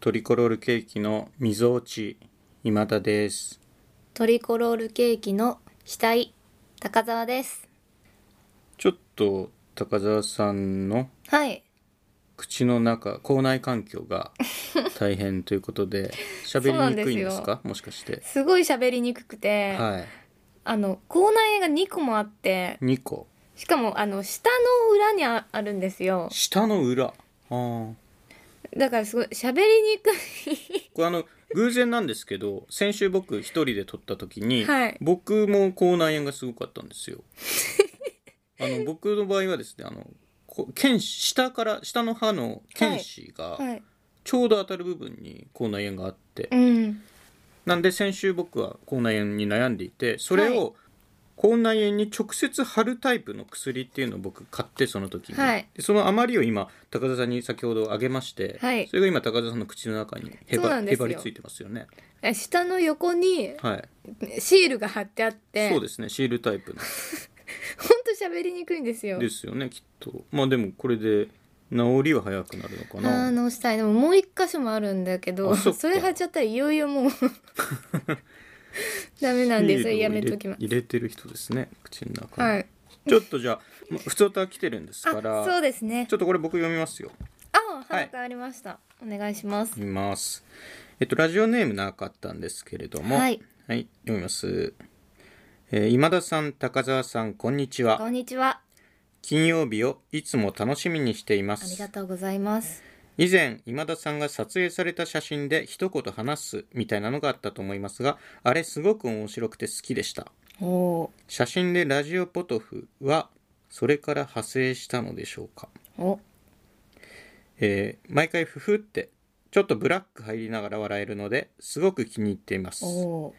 トリコロールケーキのみぞおち今田ですトリコロールケーキの額高澤ですちょっと高澤さんのはい口の中口内環境 が大変ということでうな喋んりにですくよいんですかもしかしてすごい喋りにくくて、はいあの口内炎が2個もあって2個しかもあの下の裏にああるんですよ下の裏あーだからすごい喋りにくいこれあの偶然なんですけど先週僕一人で撮った時に、はい僕も口内炎がすごかったんですよあの僕の場合はですねあのこ剣歯下から下の歯の剣歯がはいちょうど当たる部分に口内炎があって、うんなんで先週僕は口内炎に悩んでいてそれを口内炎に直接貼るタイプの薬っていうのを僕買ってその時に、はいでその余りを今高田さんに先ほどあげまして、はいそれが今高田さんの口の中にへそうばなんですへよばりついてますよねえ下の横にはいシールが貼ってあってそうですねシールタイプのほんと喋りにくいんですよですよねきっとまあでもこれで治りは早くなるのかあなのしたいでももう一箇所もあるんだけどあそっそかれ貼っちゃったらいよい よもうダメなんでそれやめときシールをま入れ入れてる人ですね口のす中に、はいちょっとじゃあま普通とは来てるんですあからそうですねちょっとこれ僕読みますよあ、はいはい、変わりました。お願いします。読みますえっとラジオネームなかったんですけれどもはい、はい読みます、えー今田さん高澤さんこんにちはこんにちは。金曜日をいつも楽しみにしていまありすがとうございます。以前今田さんが撮影された写真で一言話すみたいなのがあったと思いますがあれすごく面白くて好きでしたおお写真でラジオポトフはそれから派生したのでしょうか、ー。お、えー毎回フフってちょっとブラック入りながら笑えるのですごく気に入っていますおお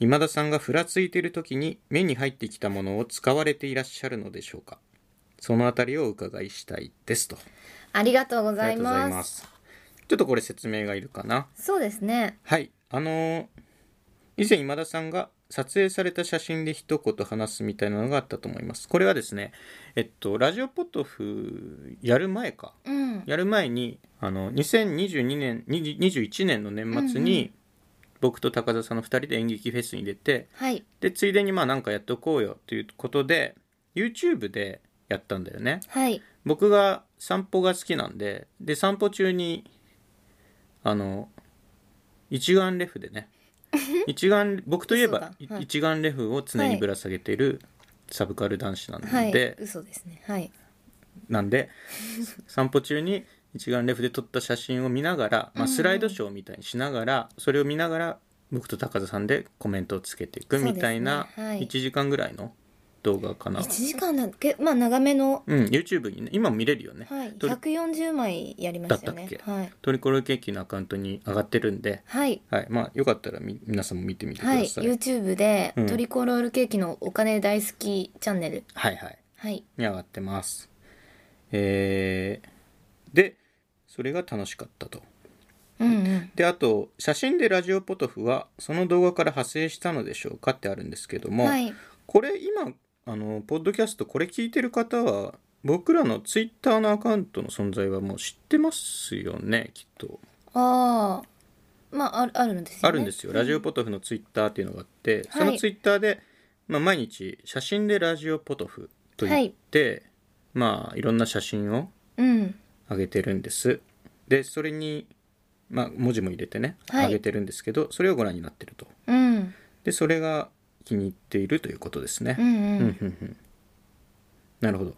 今田さんがふらついている時に目に入ってきたものを使われていらっしゃるのでしょうかそのあたりをお伺いしたいですとー。ありがとうごあざいりがとうござまいす。ますちょっとこれ説明がいるかなそうですね。はい、あのー以前今田さんが撮影された写真で一言話すみたいなのがあったと思います。これはですね、えっと、ラジオポトフやる前か、うん。やる前に、あの、2022年、20 21年の年末に、うんう僕と高田さんの2人で演劇フェスに出て、はい。で、ついでにまあなんかやっとこうよということで、YouTube でやったんだよね。はい。僕が散歩が好きなんで、で、散歩中に、あの、一眼レフで ね、一眼、僕といえば、嘘だはい一眼レフを常にぶら下げているサブカル男子なんで、はい。嘘ですね。はい。なんで、散歩中に一眼レフで撮った写真を見ながら、まあ、うんうんスライドショーみたいにしながら、それを見ながら、僕と高田さんでコメントをつけていくみたいな、そうですねはい1時間ぐらいの動画かな。一時間なんけ、まあ長めの。うん、YouTube にね、今も見れるよね。はい。撮り百四十枚やりましたよねだったっ。けはい。トリコロールケーキのアカウントに上がってるんで、はい。はい、まあよかったらみ皆さんも見てみてくはい。ださい。はい、 YouTube で、うんトリコロールケーキのお金大好きチャンネル。はい、はい。に上がってます。えーで、それが楽しかったと。うんうん。で、あと、写真でラジオポトフはその動画から派生したのでしょうかってあるんですけども、はい。これ今、あの、ポッドキャストこれ聞いてる方は、僕らのツイッターのアカウントの存在はもう知ってますよね、きっと。ああ。まあ、ある、あるんですよ、ね。あるんですよ。ラジオポトフのツイッターっていうのがあって、はいそのツイッターで、まあ、毎日写真でラジオポトフと言って、まあいろんな写真をうん。上げてるんです。でそれに、まあ、文字も入れてね、はい上げてるんですけどそれをご覧になってると。うん。でそれが気に入っているということですねう。んううんん。うんうんなるほど。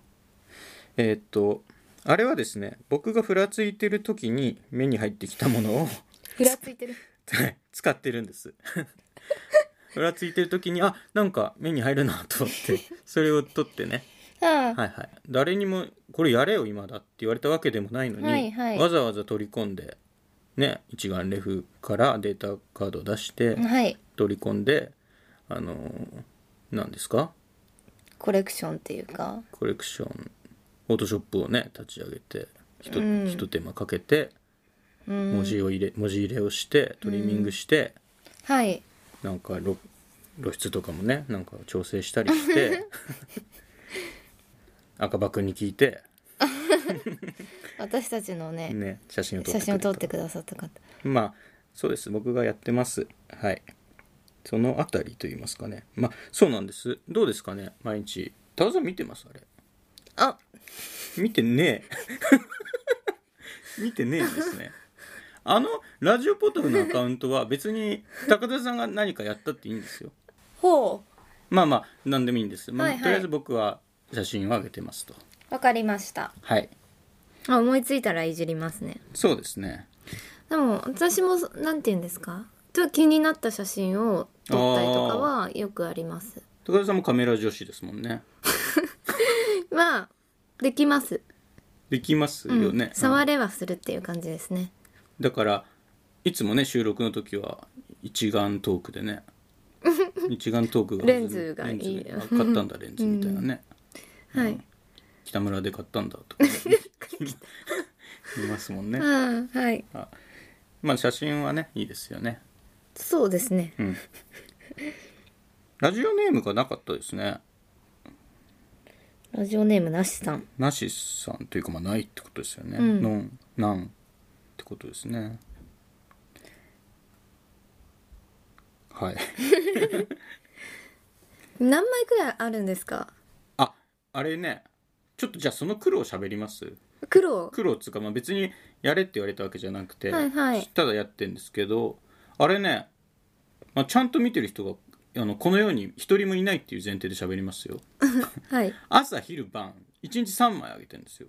えーっとあれはですね僕がふらついてる時に目に入ってきたものを ふらついてる。はい使ってるんです ふらついてる時にあなんか目に入るなと思 ってそれを取ってねああ、はいはい誰にも「これやれよ今だ」って言われたわけでもないのに、はいはいわざわざ取り込んでね一眼レフからデータカードを出してはい。取り込んであのー何ですかコレクションっていうか。コレクションフォトショップをね立ち上げてひと,、うんひと手間かけてうん。文字を入れ、文字入れをしてトリミングして、はい。なんか露露出とかもねなん か調整したりして赤羽くんに聞いて私たちのねね、写真を撮って写真を撮ってくくださった方れたまあそうです僕がやってますはいそのあたりと言いますかねまあそうなんですどうですかね毎日田中さん見てますあれあ見てねえ 見てねえですねあのラジオポトフのアカウントは別に高田さんが何かやったっていいんですよほまあまあ何でもいいんです、まあはいはいとりあえず僕は写真を上げてますとうわかりましたはいあ思いついたらいじりますねそうですねでも私もなんて言うんですかちょっと気になった写真を撮ったりとかはよくあります高田さんもカメラ女子ですもんねまあできます、できますうんよね、触れはするっていう感じですねだからいつもね収録の時は一眼トークで ね一眼トークがレンズがいいレンズあ買ったんだレンズみたいなね、はい、北村で買ったんだとかねいますもんねああはいまあ写真はねいいですよねそうですねうんラジオネームがなかったですねラジオネームなしさんなしさんというかまあないってことですよね、うんのんなんってことですねはい何枚くらいあるんですかああれねちょっとじゃあその苦労喋ります黒苦労っつうか、まあ、別にやれって言われたわけじゃなくて、はいはいただやってんですけどあれね、まあ、ちゃんと見てる人があのこのように一人もいないっていう前提で喋りますよはい朝昼晩1日3枚あげてるんですよ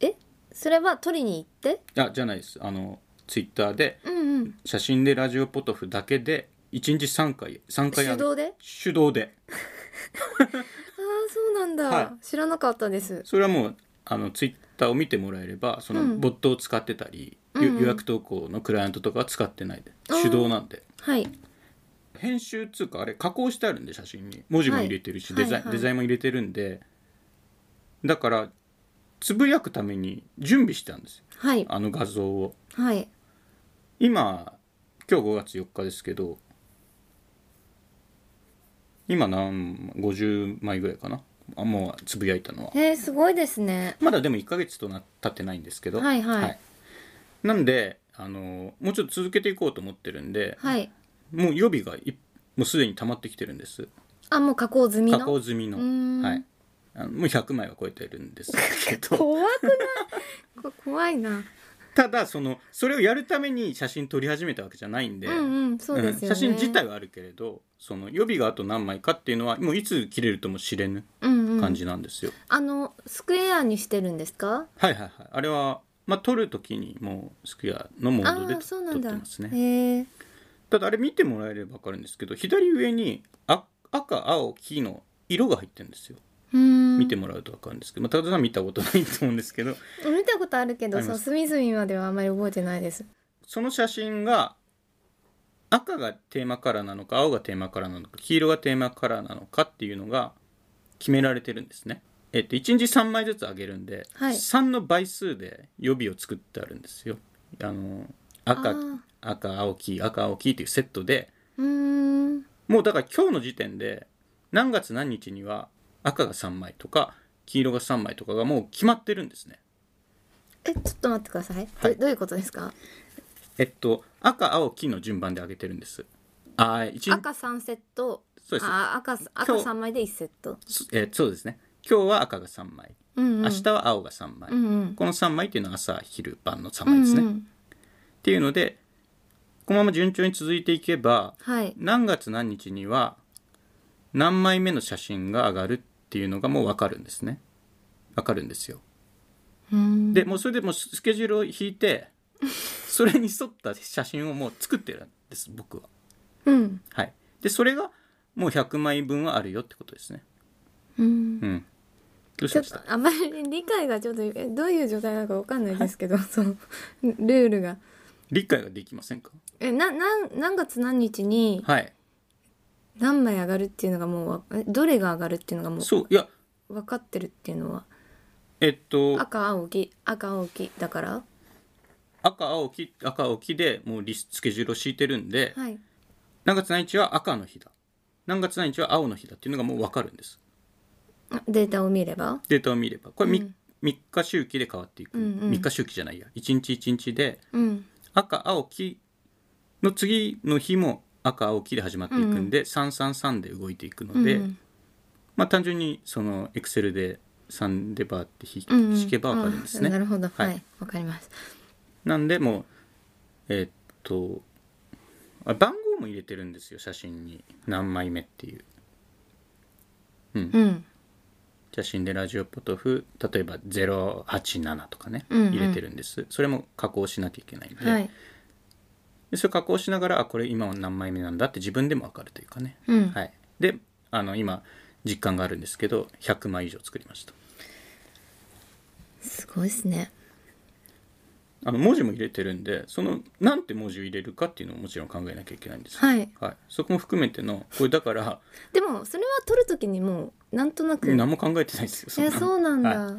えそれは取りに行ってあじゃないですあのツイッターでうんうん写真でラジオポトフだけで1日3回3回あげ手動であ手動であそうなんだ、は知らなかったですそれはもうあのツイッターを見てもらえればそのうんボットを使ってたり、うんうん予約投稿のクライアントとかは使ってないであー手動なんではい編集っつうかあれ加工してあるんで写真に文字も入れてるし、はいデザイン、はいはいデザインも入れてるんでだからつぶやくために準備してたんですよはいあの画像をはい今今日5月4日ですけど今何50枚ぐらいかなあもうつぶやいたのはえー、すごいですねまだでも1ヶ月とな経ってないんですけどはいはいなんであのもうちょっと続けていこうと思ってるんで、はいもう予備がいもうすでに溜まってきてるんですあもう加工済みの加工済みのうーんはいあのもう100枚は超えてるんですけ ど怖くないこ怖いなただそのそれをやるために写真撮り始めたわけじゃないんで、うんうんそうですよね、うん写真自体はあるけれどその予備があと何枚かっていうのはもういつ切れるとも知れぬ感うんうん、じなんですよ、あのスクエアにしてるんですかはいはいはいあれは、まあ、撮る時にもうスクエアのモああードでーとそうな撮っんてだますねへえただあれ見てもらえれば分かるんですけど左上にあ赤青黄の色が入ってるんですようーん見てもらうと分かるんですけど、まあ、高田さん見たことないと思うんですけど見たことあるけあどりそまのす隅々まではあんまり覚えてないですその写真が赤がテーマカラーなのか青がテーマカラーなのか黄色がテーマカラーなのかっていうのが決められてるんですね。えっと、1日3枚ずつ上げるんで、はい3の倍数で予備を作ってあるんですよ。あの赤あー赤青黄赤青黄っていうセットでうーんもうだから今日の時点で何月何日には赤が3枚とか黄色が3枚とかがもう決まってるんですね。えちょっと待ってください、はいどどういうことですかえっと赤青黄の順番で上げてるんです。あー一日赤三セットそうですあ赤赤三枚で一セットそえーそうですね今日は赤が3枚うん、うん、明日は青が3枚、うんうんこの3枚っていうのは朝昼晩の3枚ですね、うんうっん、ていうのでこのまま順調に続いていけばはい何月何日には何枚目の写真が上がるっていうのがもう分かるんですね分かるんですようーんでもうそれでもうススケジュールを引いて それに沿った写真をもう作ってるんです僕はうんはいでそれがもう100枚分はあるよってことですねうんうんどうしちょまっしたとあまり理解がちょっと えどういう状態なのかわかんないですけど、そのルールが理解ができませんかえななん何月何日にはい何枚上がるっていうのがもうわえどれが上がるっていうのがもそういやう分かってるっていうのはえっと赤青黄赤青黄だから赤青黄赤青黄でもうリススケジュールを敷いてるんで、はい何月何日は赤の日だ何月何日は青の日だっていうのがもう分かるんですあデータを見ればデータを見ればこれ、みうん3日周期で変わっていく、うんうん3日周期じゃないや1日1日でうん赤青黄の次の日も赤青黄で始まっていくんで、333で動いていくので、うんまあ単純にそのエクセルで3レバーって引,、うんうんけば分かるんですねあな。るほどはいはいわ、かりますなんでもうえーっとあ番号も入れてるんですよ写真に何枚目っていううん写真でラジオポトフ例えば087とかねうんうん入れてるんです、それも加工しなきゃいけないんで,、はいでそれ加工しながらあこれ今は何枚目なんだって自分でも分かるというかね、うん、はい、であの今実感があるんですけど100枚以上作りましたすごいですねあの文字も入れてるんでそのなんて文字を入れるかっていうのももちろん考えなきゃいけないんですよはいはい、そこも含めてのこれだからでもそれは撮るときにもうなんとなく何も考えてないですよんえなのそうなんだ、はい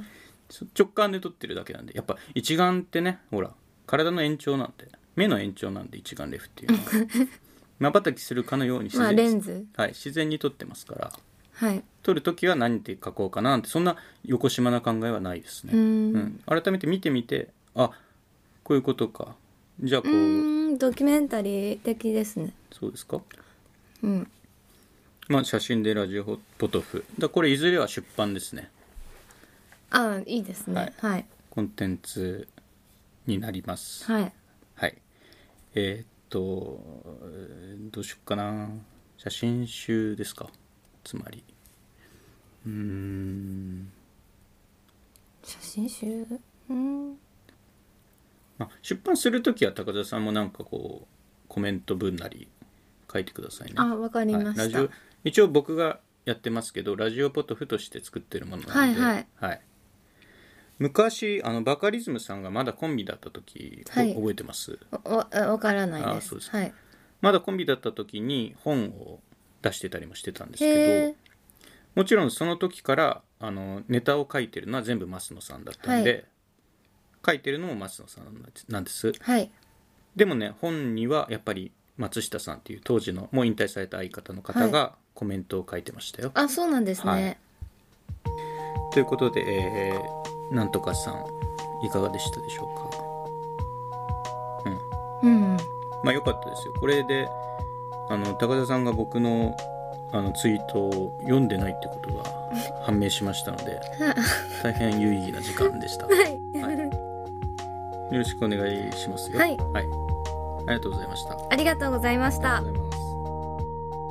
そ直感で撮ってるだけなんでやっぱ一眼ってねほら体の延長なんで目の延長なんで一眼レフっていうの はまばたきするかのように自まあ然,、レンズはい、自然に撮ってますからはい撮る時は何て書こうかななんてそんな横島な考えはないですね、うーんうん改めて見てみてあこういうことかじゃあこうう、ーんドキュメンタリー的ですねそうですかうんまあ写真でラジオポトフだこれいずれは出版ですねあいいですねはいコンテンツになりますはい、はい。えーっと、えーどうしよっかな。写真集ですか。つまり。うーん。写真集うんまあ、出版するときは高田さんもなんかこう、コメント文なり書いてくださいね。あわかりまはいしラジた、オ一応僕がやってますけど、ラジオポトフとして作ってるものなんで。はいはい昔あのバカリズムさんがまだコンビだった時、はい覚えてますおおあわからないであすそうですかはいまだコンビだった時に本を出してたりもしてたんですへけどえもちろんその時からあのネタを書いてるのは全部増野さんだったんで、書はいてるのも増野さんなんですはいでもね本にはやっぱり松下さんっていう当時のもう引退された相方の方がコメントを書いてましたよ、あそうなんですね、はいということで、えーなんとかさんいかがでしたでしょうかうんうんうんまあ良かったですよ。これで、あの、高田さんが僕の、あの、ツイートを読んでないってことが判明しましたので、大変有意義な時間でした。よはろしくお願いしますよ。はいありがとうございました。ありい ありがとうございましがたとうございます。